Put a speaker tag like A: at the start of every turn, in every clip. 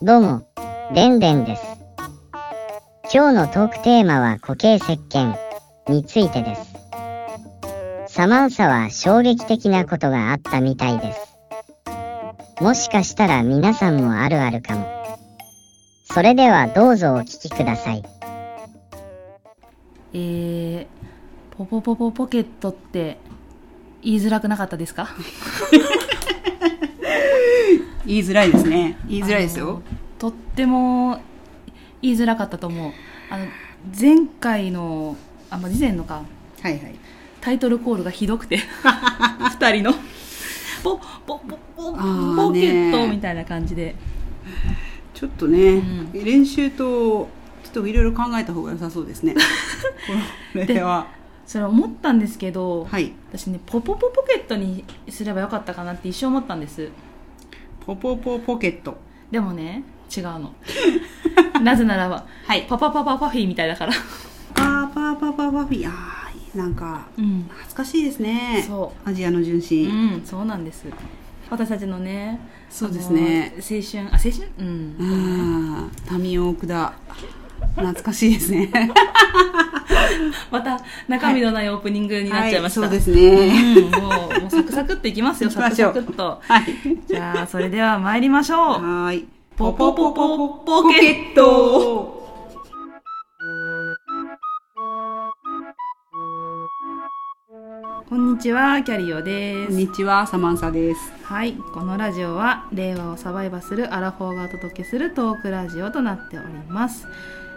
A: どうも、でんでんです。今日のトークテーマは固形石鹸についてです。サマンサは衝撃的なことがあったみたいです。もしかしたら皆さんもあるあるかも。それではどうぞお聞きください。
B: えー、ポポポポポケットって言いづらくなかったですか
C: 言いづらいですね言いづらいで
B: あ
C: すよ
B: のとっても言いづらかったと思うあの前回のあ、まあ、以前のか
C: はいはい
B: タイトルコールがひど くて二人のポポポポポケ
C: あーね
B: ットみたいな感じで
C: ちょっとね、
B: う
C: 練習とちょっといろいろ考えた方が良さそうで すねこれは
B: それ思ったんですけど、
C: はい
B: 私ねポポポポケットにすればよかったかなって一生思ったんです
C: ポポポポケット
B: でもね違う のなぜならば
C: はいパ
B: パパパパパフィーみたいだから
C: パパパパパフィあーなんか
B: うん
C: 懐かしいですね
B: そ
C: アジアの純
B: う、
C: 真、
B: うん、そうなんです私たちのね
C: そうですね
B: あの青春あ青春うん
C: ああータミオクダ懐かしいですね
B: また中身のないオープニング になっちゃいました、
C: はい、そうですね
B: うん、もうもうサクサクっといきますよ
C: 行き
B: サ
C: ま
B: ク
C: しょ
B: サ
C: う
B: クっと
C: はい
B: じゃあそれでは参りましょう
C: はーい
B: ポポポポポ
C: ポ
B: ケ
C: ケ
B: ッ
C: ッ
B: ト
C: ト
B: こんにちはキャリオで
C: こ
B: す
C: んにちはサマンサです
B: はい、このラジオは令和をサバイバするアラフォーがお届けするトークラジオとなっております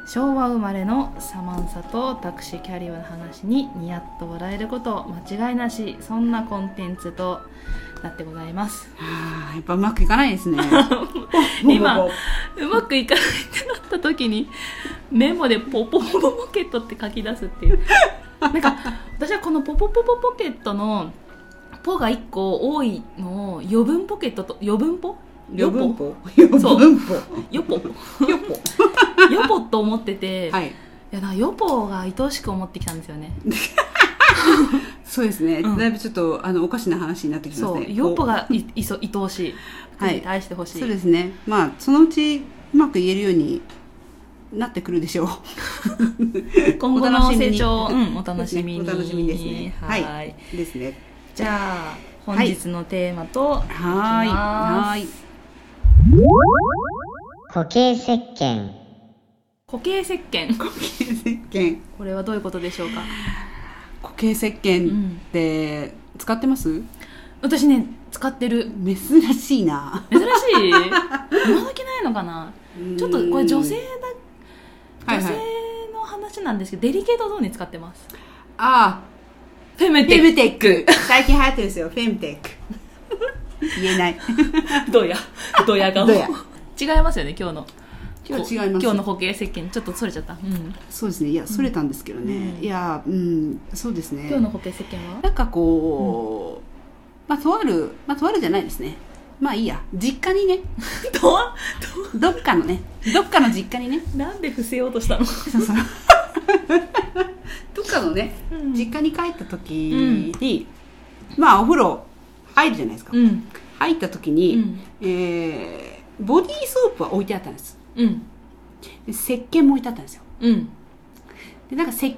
B: 昭和生まれのサマンサと私キャリオの話にニヤッと笑えること間違いなしそんなコンテンツとなってございます
C: あーやっぱうまくいかないで すね
B: 今うまくいかないってなった時にメモで「ポポポポポケット」って書き出すっていうなんか私はこの「ポポポポポケット」の「ポ」が1個多いのを余分ポケットと余分ポ
C: 余分
B: ポ
C: 法余分
B: そう
C: 法
B: よぽ
C: 余分
B: よぽと思ってて、、
C: はいい
B: やだからよぽが愛おしく思ってきたんですよね
C: そうですね、
B: うん
C: だいぶちょっとあのおかしな話になってきます
B: そ
C: ね
B: うよぽ
C: こ
B: がいいそ愛おしい
C: はい
B: に対してほ
C: う
B: しい、
C: そうですねまあそのうちうまく言えるようになってくるでしょう
B: 今後の成長
C: お
B: お
C: 楽
B: 楽,、
C: しみに
B: うん、お楽しみに
C: お楽しみですね
B: は
C: はいいですね
B: じゃあ本日のテーマと、
C: はーい
B: いきます
C: はーい
A: 固形石鹸。
B: 固形石鹸
C: 固形石鹸
B: これはどういうことでしょうか
C: 固形石鹸って使ってます、
B: 私ね使ってる
C: 珍しいな
B: 珍しい今時ないのかなちょっとこれ女性だ
C: はい
B: 女
C: はい
B: 性の話なんですけど、デリケートゾーンに使ってます
C: ああ
B: フェム
C: フェ
B: テ
C: ムテック最近流行ってるんですよフェムテッ ク言えない
B: ドヤドヤ顔
C: ドヤ
B: 違いますよね今日の
C: 今日違います
B: こ今日の固形石鹸ちょっとそれちゃった、うん
C: そうですねいやそれたんですけどね、
B: うん
C: いやうんそうですね
B: 今日の固形石鹸は
C: なんかこう、まあとあるまあとあるじゃないですねまあいいや実家にね
B: とは
C: どっかの ねどっかの実家にね
B: なんで伏せようとしたの、
C: そうそうどっかのね実家に帰った時に、まあお風呂入るじゃないですか、
B: うん
C: 入った時
B: う
C: に、
B: ん
C: えーボディーソープは置いてあったんです
B: うん
C: で石鹸も置いてあったんですよ
B: うん
C: でなんか石鹸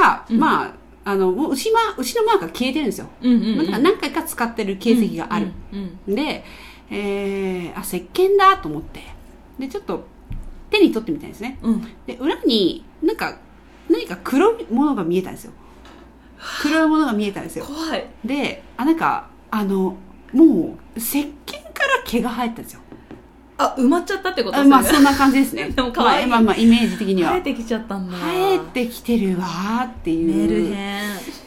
C: が、
B: うん
C: まああのもう牛ま牛のマークが消えてるんですよ、
B: うんうん
C: まあなんか何回か使ってる形跡がある、
B: うん
C: で、えー、あ石鹸だと思ってでちょっと手に取ってみたんですね
B: うんうん
C: で裏になんか何か黒いものが見えたんですよ黒いものが見えたんですよ
B: 怖い
C: であなんかあのもう石鹸から毛が生えてたんですよ
B: あ埋まっちゃったってこと
C: あまあ
B: それ
C: そんな感じですね
B: でも可愛い
C: まあまあまあイメージ的には
B: 生えてきちゃったんだ
C: 生えてきてるわーっていう
B: メルヘン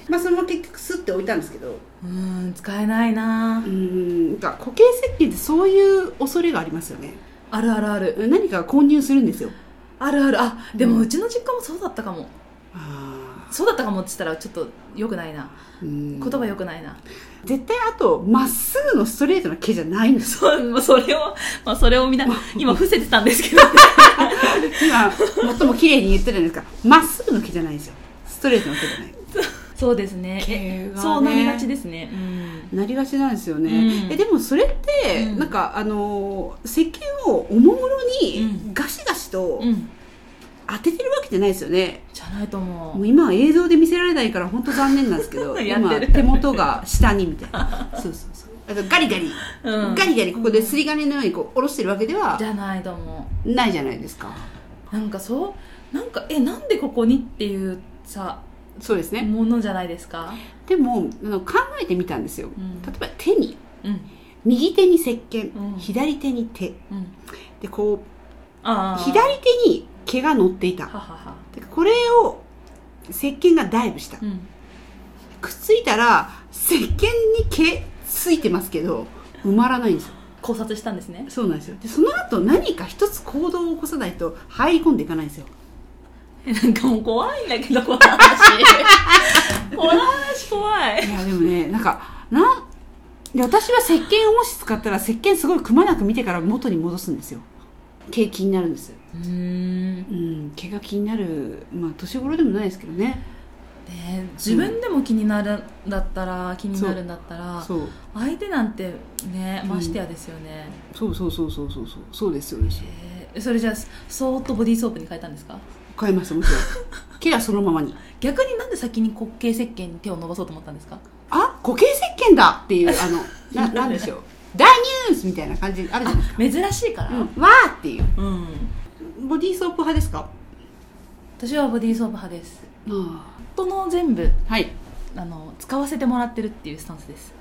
C: まあそのまま結局スッて置いたんですけど
B: うーん使えないな
C: うーんだから固形石鹸ってそういう恐れがありますよね
B: あるあるある
C: 何か混入するんですよ
B: あるあるあでも
C: うん
B: うちの実家もそうだったかも、
C: あ
B: そうだったかもって言ったらちょっとよくないな
C: 言
B: 言葉よくないな、
C: 絶対あとまっすぐのストレートな毛じゃないん です
B: そうまあそれを、まあ、それをみん な今伏せてたんですけど
C: 今最も綺麗に言ってるじゃないですかまっすぐの毛じゃないんですよストレートの毛じゃない
B: そうです ねえ
C: 系がね
B: そうなりがちですねうん
C: なりがちなんですよね、
B: うん
C: えでもそれって、
B: うん
C: なんかあの石鹸をおもむろ
B: う
C: に
B: ん
C: ガシガシと
B: うん
C: 当ててるわけじゃないですよね、
B: じゃないと
C: も
B: 思
C: う今は映像で見せられないから本当残念なんですけ ど
B: やって
C: 今
B: る
C: 手元が下にみたい なそうそうそうあとガリガリ、
B: う、うん、
C: ガリガリここですり金のようにこう下ろしてるわけでは
B: じゃないと思
C: ないじゃないですか
B: うなんかそうなんかえなんでここにっていうさ
C: そうですね、
B: ものじゃないですか
C: でもあの考えてみたんですよ、
B: うん
C: 例えば手に
B: うん
C: 右手に石鹸、
B: うん
C: 左手に手
B: うん
C: でこ
B: あ
C: う
B: あ
C: 左手に毛が乗っていた
B: ははは
C: でこれを石鹸がダイブした、
B: うん
C: くっついたら石鹸に毛ついてますけど埋まらないんですよ
B: 考察したんですね
C: そうなんですよでその後何か一つ行動を起こさないと入り込んでいかないんですよ
B: え なんかもう怖いんだけどこの話 この話怖い
C: いやでもね なんかなんで私は石鹸をもし使ったら石鹸すごいくまなく見てから元に戻すんですよ毛気になるんです
B: うーんね
C: うん毛が気になるまあ年頃でもないですけどね
B: え自分でも気になるんだったら気になるんだったら
C: そう
B: 相手なんてねましてやですよね、
C: そうそうそうそうそうそうそうですよね
B: えーそれじゃあそーっとボディーソープに変えたんですか
C: 変えましたもちろん 毛はそのままに
B: 逆になんで先に固形石鹸に手を伸ばそうと思ったんですか
C: あ固形石鹸だっていうあ のななんでしょう大ニュースみたいな感じあるじゃないですか、
B: 珍しいから
C: うん、わーっていう
B: うん、
C: ボディーソープ派ですか
B: 私はボディーソープ派です
C: あ
B: 夫の全部
C: あはい
B: あの使わせてもらってるっていうスタンスです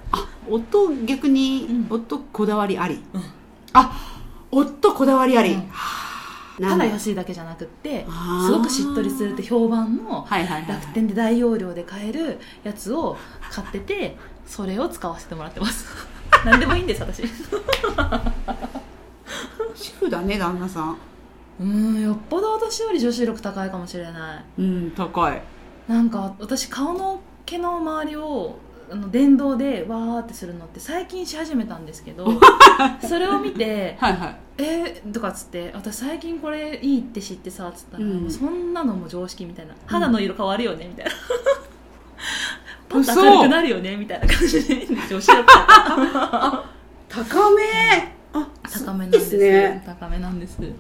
C: 夫逆に、
B: うん
C: 夫こだわりあり、
B: うん
C: あ夫こだわりあり、
B: うん
C: はあ
B: ただ
C: なん
B: 安いだけじゃなくって
C: あー
B: すごくしっとりするって評判の
C: はいはいはい、はい、
B: 楽天で大容量で買えるやつを買っててそれを使わせてもらってます 何でもいいんです私
C: 主婦だね旦那さん
B: うんよっぽど私より女子力高いかもしれない
C: うん高い
B: なんか私顔の毛の周りをあの電動でわーってするのって最近し始めたんです けどそれを見て
C: はいはい
B: 「えー、とかっつって「私最近これいいって知ってさ」っつったら、
C: うん
B: もうそんなのも常識みたいな肌の色変わるよねみたいなパッ
C: 嘘
B: と明るくなるよねみたいな感じで女子力
C: 高めあ
B: 高めなんです
C: そうね
B: 高めなんです
C: へ
B: う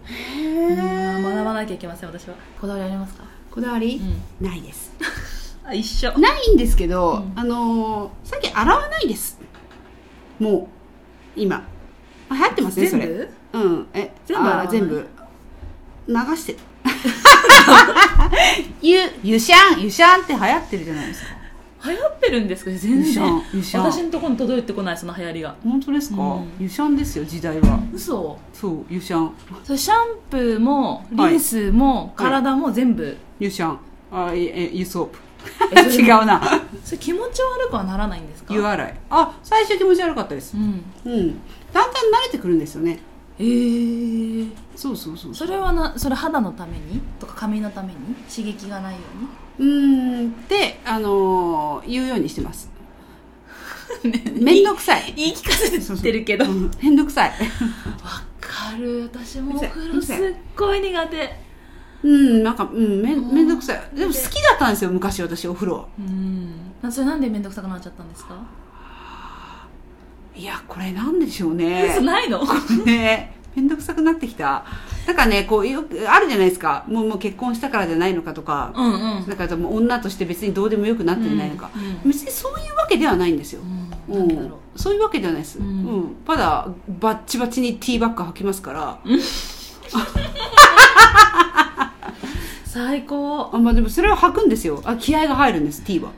C: ー
B: ん学ばなきゃいけません私はこだわりありますか、
C: こだわり
B: う、ん、
C: ないです
B: あ一緒
C: ないんですけど、
B: うん
C: あのーさっき洗わないですもう今あ流行ってますねそ
B: 全
C: れ
B: 部
C: うんえ
B: 全部洗わない
C: あー全部流してる ゆゆしゃんゆしゃんって流行ってるじゃないですか
B: 流行ってるんですか全
C: ゆしゃ
B: 然
C: んゆしゃ
B: 私
C: ん
B: のところに届いてこないその流行りが
C: 本当ですか、
B: うん
C: ゆしゃんですよ時代は
B: 嘘
C: そうゆしゃん
B: それシャンプーもリースも体も全部、
C: ゆしゃんあいえゆソープ
B: えそれ
C: 違うな
B: それ気持ち悪くはならないんですか
C: 湯洗いあ最初気持ち悪かったです
B: うん
C: うんだんだん慣れてくるんですよね
B: えー、
C: そうそうそう
B: それはなそれ肌のためにとか髪のために刺激がないよ
C: うーんって、あのー言うようにしてます。
B: うに ね
C: めんどくさい。
B: 言い聞かせ
C: そうそう
B: てるけどわ
C: うんめんどくさい。
B: かる私も
C: う
B: お
C: るさい
B: 風呂すっごい苦手
C: うん、なんか、うん、め
B: うん
C: ん、めんどくさい。でも好きだったんですよ、昔私、お風呂。
B: うんなそれなんで面倒くさくなっちゃったんですか、
C: いや、これなんでしょうね
B: 嘘。ない の
C: ねめんどくさくなってきた。なんかね、こう、よく、あるじゃないですか。もう、もう結婚したからじゃないのかとか。
B: うんうん
C: なんか、もう女として別にどうでもよくなってないのか。
B: うん
C: 別にそういうわけではないんですよ。
B: うんなんでだろう
C: そういうわけじゃないです、
B: う
C: うんんまだバッチバチにティーバッグ履きますから、
B: 最高
C: あまあ、でもそれを履くんですよあ気合が入るんですティーは、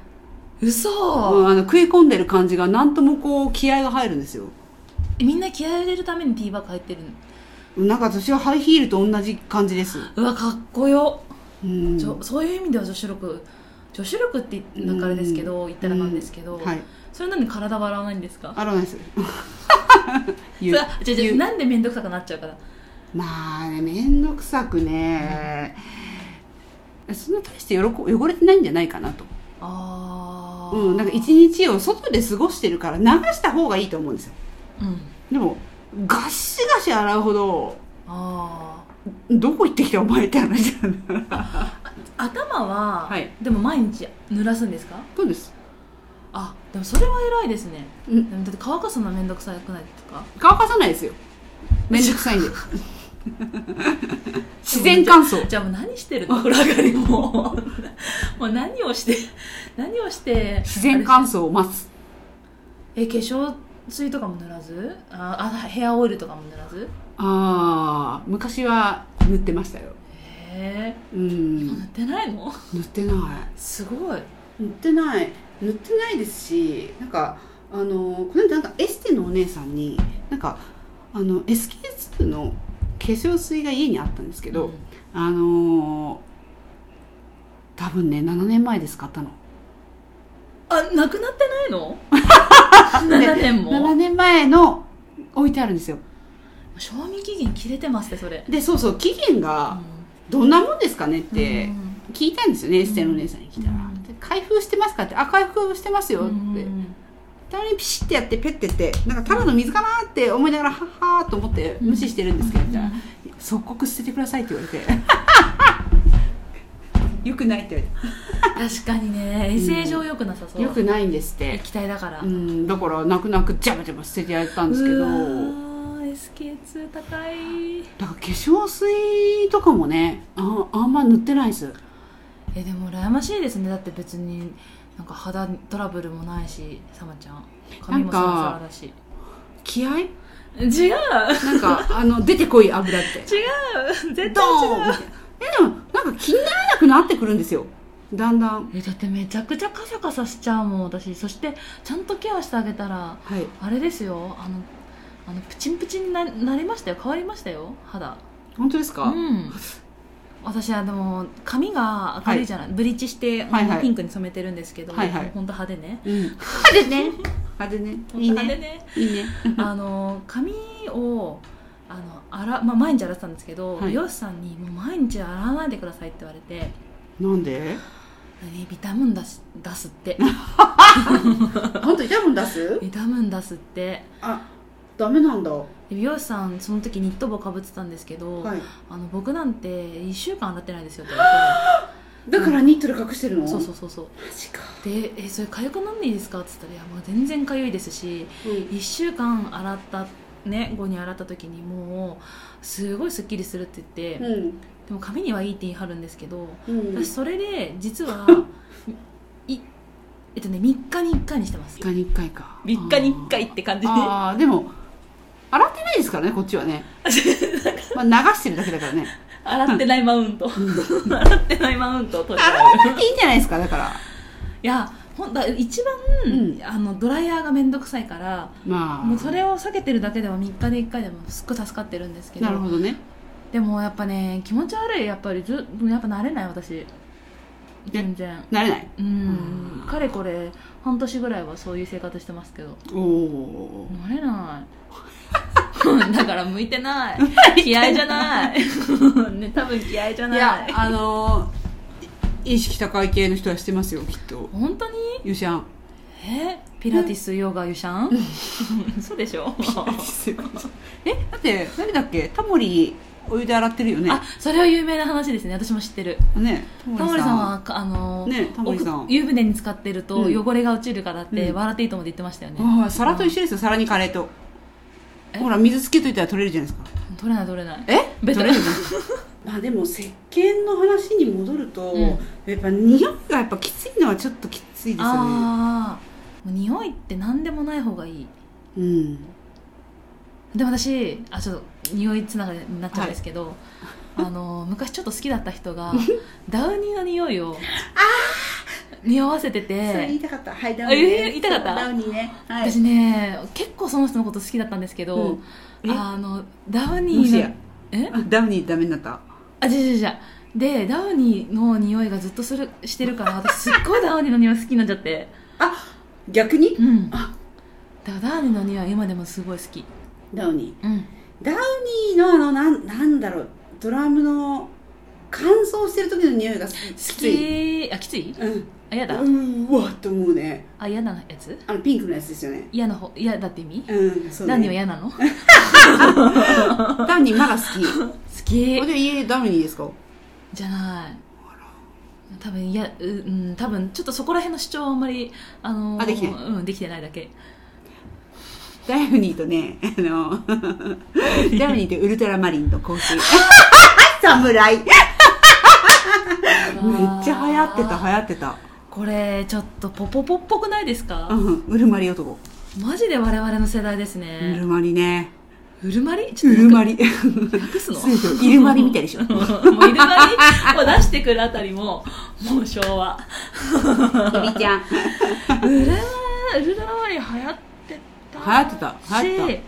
B: 嘘、
C: うん、あの食い込んでる感じが何ともこう気合が入るんですよ
B: みんな気合い入れるためにティーバッグ入ってるの
C: なんか私はハイヒールと同じ感じです、
B: うわかっこよ、
C: うん、
B: じょそういう意味では女子力女子力って言ったらあれですけど、言ったらなんですけど、
C: うんはい
B: それなんで体は洗わないんですか
C: あらな いです言う
B: そう違う違う
C: 言う
B: なんで面倒くさくなっちゃうから
C: まあねめんどくさくね、そんな大してよろこ汚れてないんじゃないかなと
B: ああ
C: うん、なんか一日を外で過ごしてるから流した方がいいと思うんですよ
B: うん
C: でもガッシガシ洗うほど
B: あ
C: どこ行ってきたお前って話なんだ
B: あ頭は、
C: はい
B: でも毎日濡らすんですか
C: そうです
B: あでもそれは偉いですね
C: うん
B: でもだって乾かすのめんどくさくないですか
C: 乾かさないですよめんどくさいん で自然乾燥
B: じゃあもう何してるのお風呂上がりも うもう何をして何をして
C: 自然乾
B: あ
C: 燥を待つ
B: れしてえ化粧水とかも塗らずああヘアオイルとかも塗らず
C: ああ昔は塗ってましたよ
B: へえ
C: うん
B: 塗ってないの
C: 塗ってない
B: すごい
C: 塗ってない塗ってないですしなんかあのこの間なんかエステのお姉さんになんかあの SK2 の化粧水が家にあったんですけど、
B: うん
C: あのー多分ね7年前です買ったの
B: あなくなってない の7年
C: 7
B: も
C: 年前の置いてあるんですよ
B: 賞味期限切れてますってそれ
C: でそうそう期限
B: う
C: が
B: ん
C: どんなもんですかねって
B: うん
C: 聞いたんですよねエステのお姉さんに聞いたら
B: うん
C: 「で開封してますか?」って「あ開封してますよ」って
B: うん
C: たまにピシッてやってペッてってなんかただの水かなって思いながらはっはーと思って無視してるんですけどみたいな「即刻捨ててください」って言わ れて「よくない」って言わ
B: 確かにね衛生上良くなさ
C: れ
B: そ
C: て「
B: う、
C: よくないんです」って
B: 液体だから、
C: うんだから泣く泣くジャブジャブ捨ててやったんですけ
B: う
C: ど
B: わ
C: だ
B: ー SK2 高い
C: から化粧水とかもねああんま塗ってないです
B: えでも羨ましいですねだって別になんか肌トラブルもないしさまちゃん髪もサラサラだし
C: 気合い
B: 違う違う
C: なんかあの出てこい油って
B: 絶対違う
C: ドーンみたいなえでもなんか気にならなくなってくるんですよだんだん
B: えだってめちゃくちゃカサカサしちゃうもん私そしてちゃんとケアしてあげたら
C: はい
B: あれですよあのあのプチンプチンにななりましたよ変わりましたよ肌
C: 本当ですか、
B: うん私はでも髪が明るいじゃない、ブリーチして、
C: はいはい
B: ピンクに染めてるんですけど、
C: はいはい
B: 本当派手ね
C: うん、派手ね派手ねいい
B: 本当派手
C: ね
B: ね
C: いいね
B: あの髪をあの洗、まあ、毎日洗ってたんですけど、
C: はい
B: 美容師さんに「もう毎日洗わないでください」って言われて
C: なんで
B: 「何ビタミン出す出す って
C: 本当痛いもん出す
B: ビタミン出すって
C: あダメなんだは」
B: で美容師さんその時ニット帽かぶってたんですけど、あの僕なんて1週間洗ってないですよって言わ
C: いだからニットで隠してる
B: れ
C: の
B: てそうそうそうそう
C: マジか、
B: で「えそれ痒くなんでいいですか?」って言ったら「いやもう全然痒いですし1週間洗ったね後に洗った時にもうすごいすっきりするって言って、
C: うんうん
B: でも髪にはいいって言い張るんですけど
C: うん
B: 私それで実はいえっとね3日に1回にしてます
C: 3日に1回か
B: 3日に1回って感じで
C: あーあーでも洗ってないですからねこっちは ね、まあ、流してるだけだからね
B: 洗ってないマウント 洗ってないマウントを取り
C: 洗
B: 合う
C: わなくていいんじゃないですかだから
B: いやほんだ一番、
C: うん
B: あのドライヤーが面倒くさいから
C: まあ
B: もうそれを避けてるだけでも3日で1回でもすっごい助かってるんですけど
C: なるほどね
B: でもやっぱね気持ち悪いやっぱりずやっぱ慣れない私全然
C: 慣れない
B: うんかれこれ半年ぐらいはそういう生活してますけど
C: おお
B: 慣れない だから向いて ない嫌いじゃない ね多分嫌いじゃ
C: いや
B: ない
C: あのーい意識高い系の人はしてますよきっと
B: 本当に
C: ゆしゃん
B: えピラティスヨガユシャン 嘘でし ょ
C: えだって誰だっけタモリお湯で洗ってるよね
B: あそれは有名な話ですね私も知ってる
C: ね
B: タモリさんはあの
C: ねタモリさん
B: お湯船に使ってると
C: うん
B: 汚れが落ちるからって「
C: うん
B: 笑っていいと思」で言ってましたよね、
C: ああ皿と一緒ですよ皿にカレーと
B: え
C: ほら水つけといたら取れるじゃないですか
B: 取れない取れない
C: え
B: ベト
C: 取れるじゃないまあでも石鹸の話に戻ると、
B: うん
C: やっぱ匂いがやっぱきついのはちょっときついですよね
B: ああ匂いって何でもない方がいい
C: うん
B: でも私あちょっと匂いつながりになっちゃうんですけど、あの昔ちょっと好きだった人 がダウニーの匂いを匂わせて
C: それ言い
B: て
C: たかったはいダ
B: あ
C: ウニー、ね、
B: 言いたかった
C: そうダウニーねはい
B: 私ね結構その人のこと好きだったんですけど、
C: うんえ
B: あのダウニ
C: もし
B: ー
C: や
B: のえ
C: あダウニーダメになった
B: あ違う違う違うでダウニーの匂いがずっとするしてるから私すっごいダウニーの匂い好きになっちゃって
C: 逆に
B: うんだ
C: あ
B: からダウニーの匂いは今でもすごい好き
C: ダウニー
B: うん
C: ダウニーのあのなんなんだろうドラムの乾燥してる時の匂いが好き
B: 好きあきつい
C: うん
B: あ嫌だ
C: うわっと思うね
B: あ嫌なやつ
C: あのピンクのやつですよね
B: 嫌な方嫌だって意味
C: うんそうだ
B: 何を
C: ね
B: 嫌 なの好
C: ダウニーまだ好き
B: き
C: おじゃあ家ダウニーですか
B: じゃない多分いやううん多分ちょっとそこら辺の主張はあんまりあのー
C: あできない
B: うんできてないだ け
C: ダイフニーとね、あ の、ダイフニーとウルトラマリンと香水。 侍めっちゃ流行ってた、流行ってた。
B: これちょっとポポポっぽくないですか、
C: うん、ウルマリ男。
B: マジで我々の世代です
C: ウ
B: ね
C: ルマリね。
B: うるまりち
C: ウ
B: ょっと
C: ルマリ。
B: 訳すの
C: そうそうイルマリみたいでし ょ
B: もうイルマリを出してくるあたりも もう昭和
C: エビちゃん。流
B: ウルマウルトラマリン流行ってた
C: 行ってた、流行って
B: し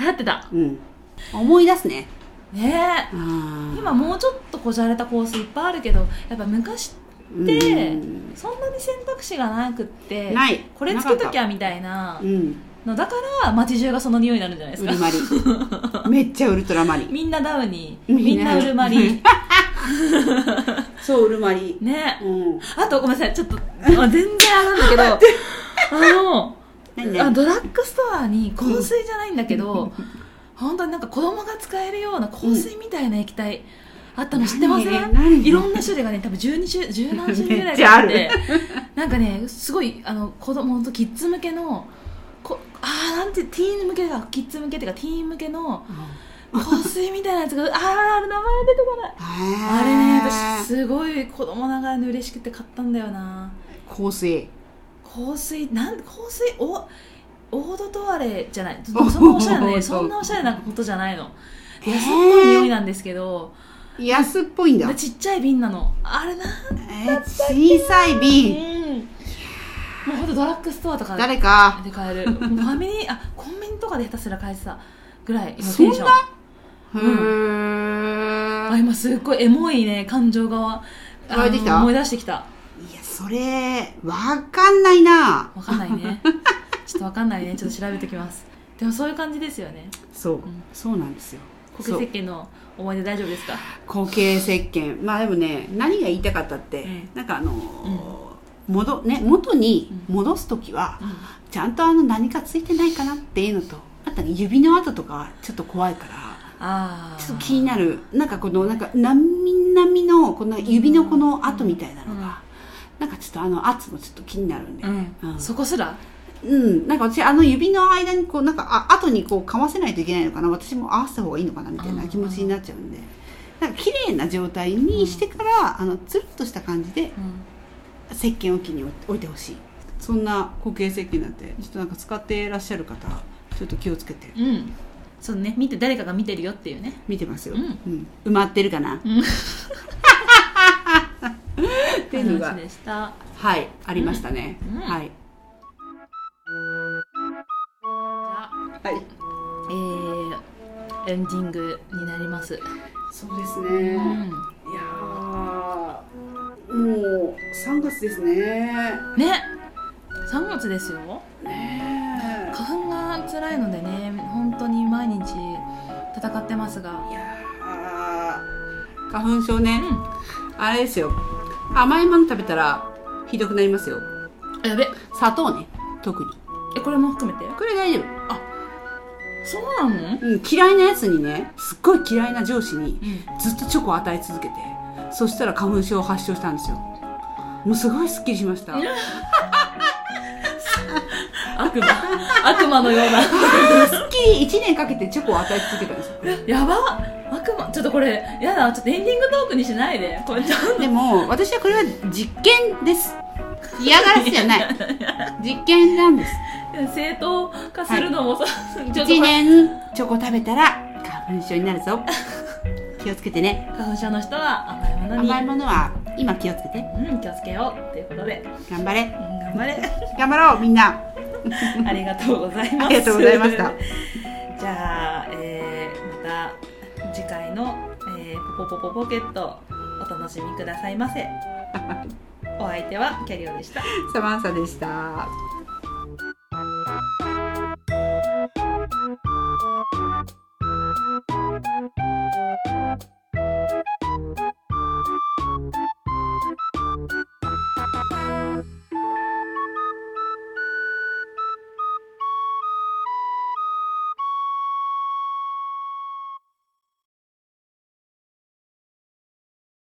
B: 流行ってた
C: た。うん。思い出すね。
B: ねえ今
C: 今
B: もうちょっとこじゃれたコースいっぱいあるけどやっぱ昔ってそんなに選択肢がなくって
C: ない
B: これつけとき
C: なか
B: ゃみたいな
C: ったうん
B: のだから街中がその匂いになるんじゃないです
C: ウ
B: か
C: ルマリめっちゃウルトラマリ
B: みんなダウニー
C: み
B: み
C: ん
B: ん
C: な
B: なウルマリ ー
C: そうウルマリ
B: ね
C: うん
B: あとごめんなさいちょっと あ全然あれなんだけどあの
C: 何
B: あ
C: 何
B: ドラッグストアに香水じゃないんだけど本当になんか子供が使えるような香水みたいな液体あったの知ってませ
C: 何
B: ん
C: 何
B: いろんな種類がね多分12種10何種類ぐら
C: めっ
B: い
C: ちゃ
B: が
C: あ
B: あ
C: る
B: ってなんかねすごいあの子供とキッズ向けのこあーなんてティーン向けがキッズ向けっていうかティーン向けの香水みたいなやつが あー名前出てこないあれね私
C: へー
B: すごい子供ながらに嬉しくて買ったんだよな
C: 香水
B: 香水なん香水おオードトワレじゃ ないそ
C: お
B: んなおしゃれ
C: お
B: ね
C: ー
B: そんなおしゃれなことじゃないの
C: へー
B: 安っぽい匂いなんですけど
C: 安っぽいんだ
B: でちっちゃい瓶なのあれな
C: えー小さい瓶
B: うんもうほんとドラッグストアとかで
C: 誰か
B: 買 えるもうファミリーあコンビニとかで下手すら買えてたぐらいの
C: そん
B: テ
C: な
B: ンション
C: へ
B: んあ
C: ー
B: 今すっごいエモいね感情があの
C: 湧いてきた
B: 思い出してきた
C: いやそれわかんないな
B: わかんない ねちょっとわかんないねちょっと調べてきますでもそういう感じですよね
C: そうんそうなんですよ
B: 国石鹸の思い出大丈夫ですか
C: 固形石鹸まあでもね何が言いたかったって、
B: うん
C: なんかあのー戻ね、元に戻す時は、ちゃんとあの何かついてないかなっていうのとあとね指の跡とかちょっと怖いから
B: ああ
C: ちょっと気になるなんかこのなんかなみなみのこの指のこの跡みたいなのが、なんかちょっとあの圧もちょっと気になるんで、
B: うん
C: うん
B: そこすら
C: うん、なんか私あの指の間にこうなんかあ後にこうかませないといけないのかな私も合わせた方がいいのかなみたいな気持ちになっちゃうんでなんか綺麗な状態にしてから、あのつるっとした感じで石鹸を機に置いてほしいそんな固形石鹸なんてちょっとなんか使ってらっしゃる方ちょっと気をつけて
B: うんそうね見て誰かが見てるよっていうね
C: 見てますよ、
B: うん
C: 埋ま ってるかな、
B: ん
C: っていうのが
B: 話でした
C: はいありましたね、
B: うんうん
C: はい、
B: じゃあ
C: はい、
B: えーエンディングになります、
C: そうです
B: う
C: ね、
B: ん、
C: いやーもう3月ですね
B: ね3月ですよ
C: ねえ
B: 花粉が辛いのでね本当に毎日戦ってますが
C: いやー花粉症ね、
B: う
C: あれですよ甘いもの食べたらひどくなりますよ
B: んやべ
C: 砂糖ね特に
B: えこれも含めて
C: これ大丈夫、
B: そうなの
C: うん、嫌いなやつにねすっごい嫌いな上司に
B: うん
C: ずっとチョコを与え続けてそしたら花粉症を発症したんですよもうすごいすっきりしました
B: うん 悪魔悪魔のような
C: すっきり1年かけてチョコを与え続けたんですよ
B: やば悪魔ちょっとこれやだちょっとエンディングトークにしないでこれちょっと
C: でも私はこれは実験です嫌がらせじゃない実験なんです
B: 正当化するのもさ、ちょっと
C: 1年チョコ食べたら花粉症になるぞ気をつけてね
B: 花粉症の人は甘いものに
C: 甘いものは今気をつけて
B: うん、気をつけようということで、
C: 頑張れ
B: うん頑張れ
C: 頑張ろうみんな
B: ありがとうございます
C: ありがとうございました
B: じゃあ、えーまた次回の、えーポポポポポケット」お楽 しみくださいませお相手はキャリオでした
C: サマンサでした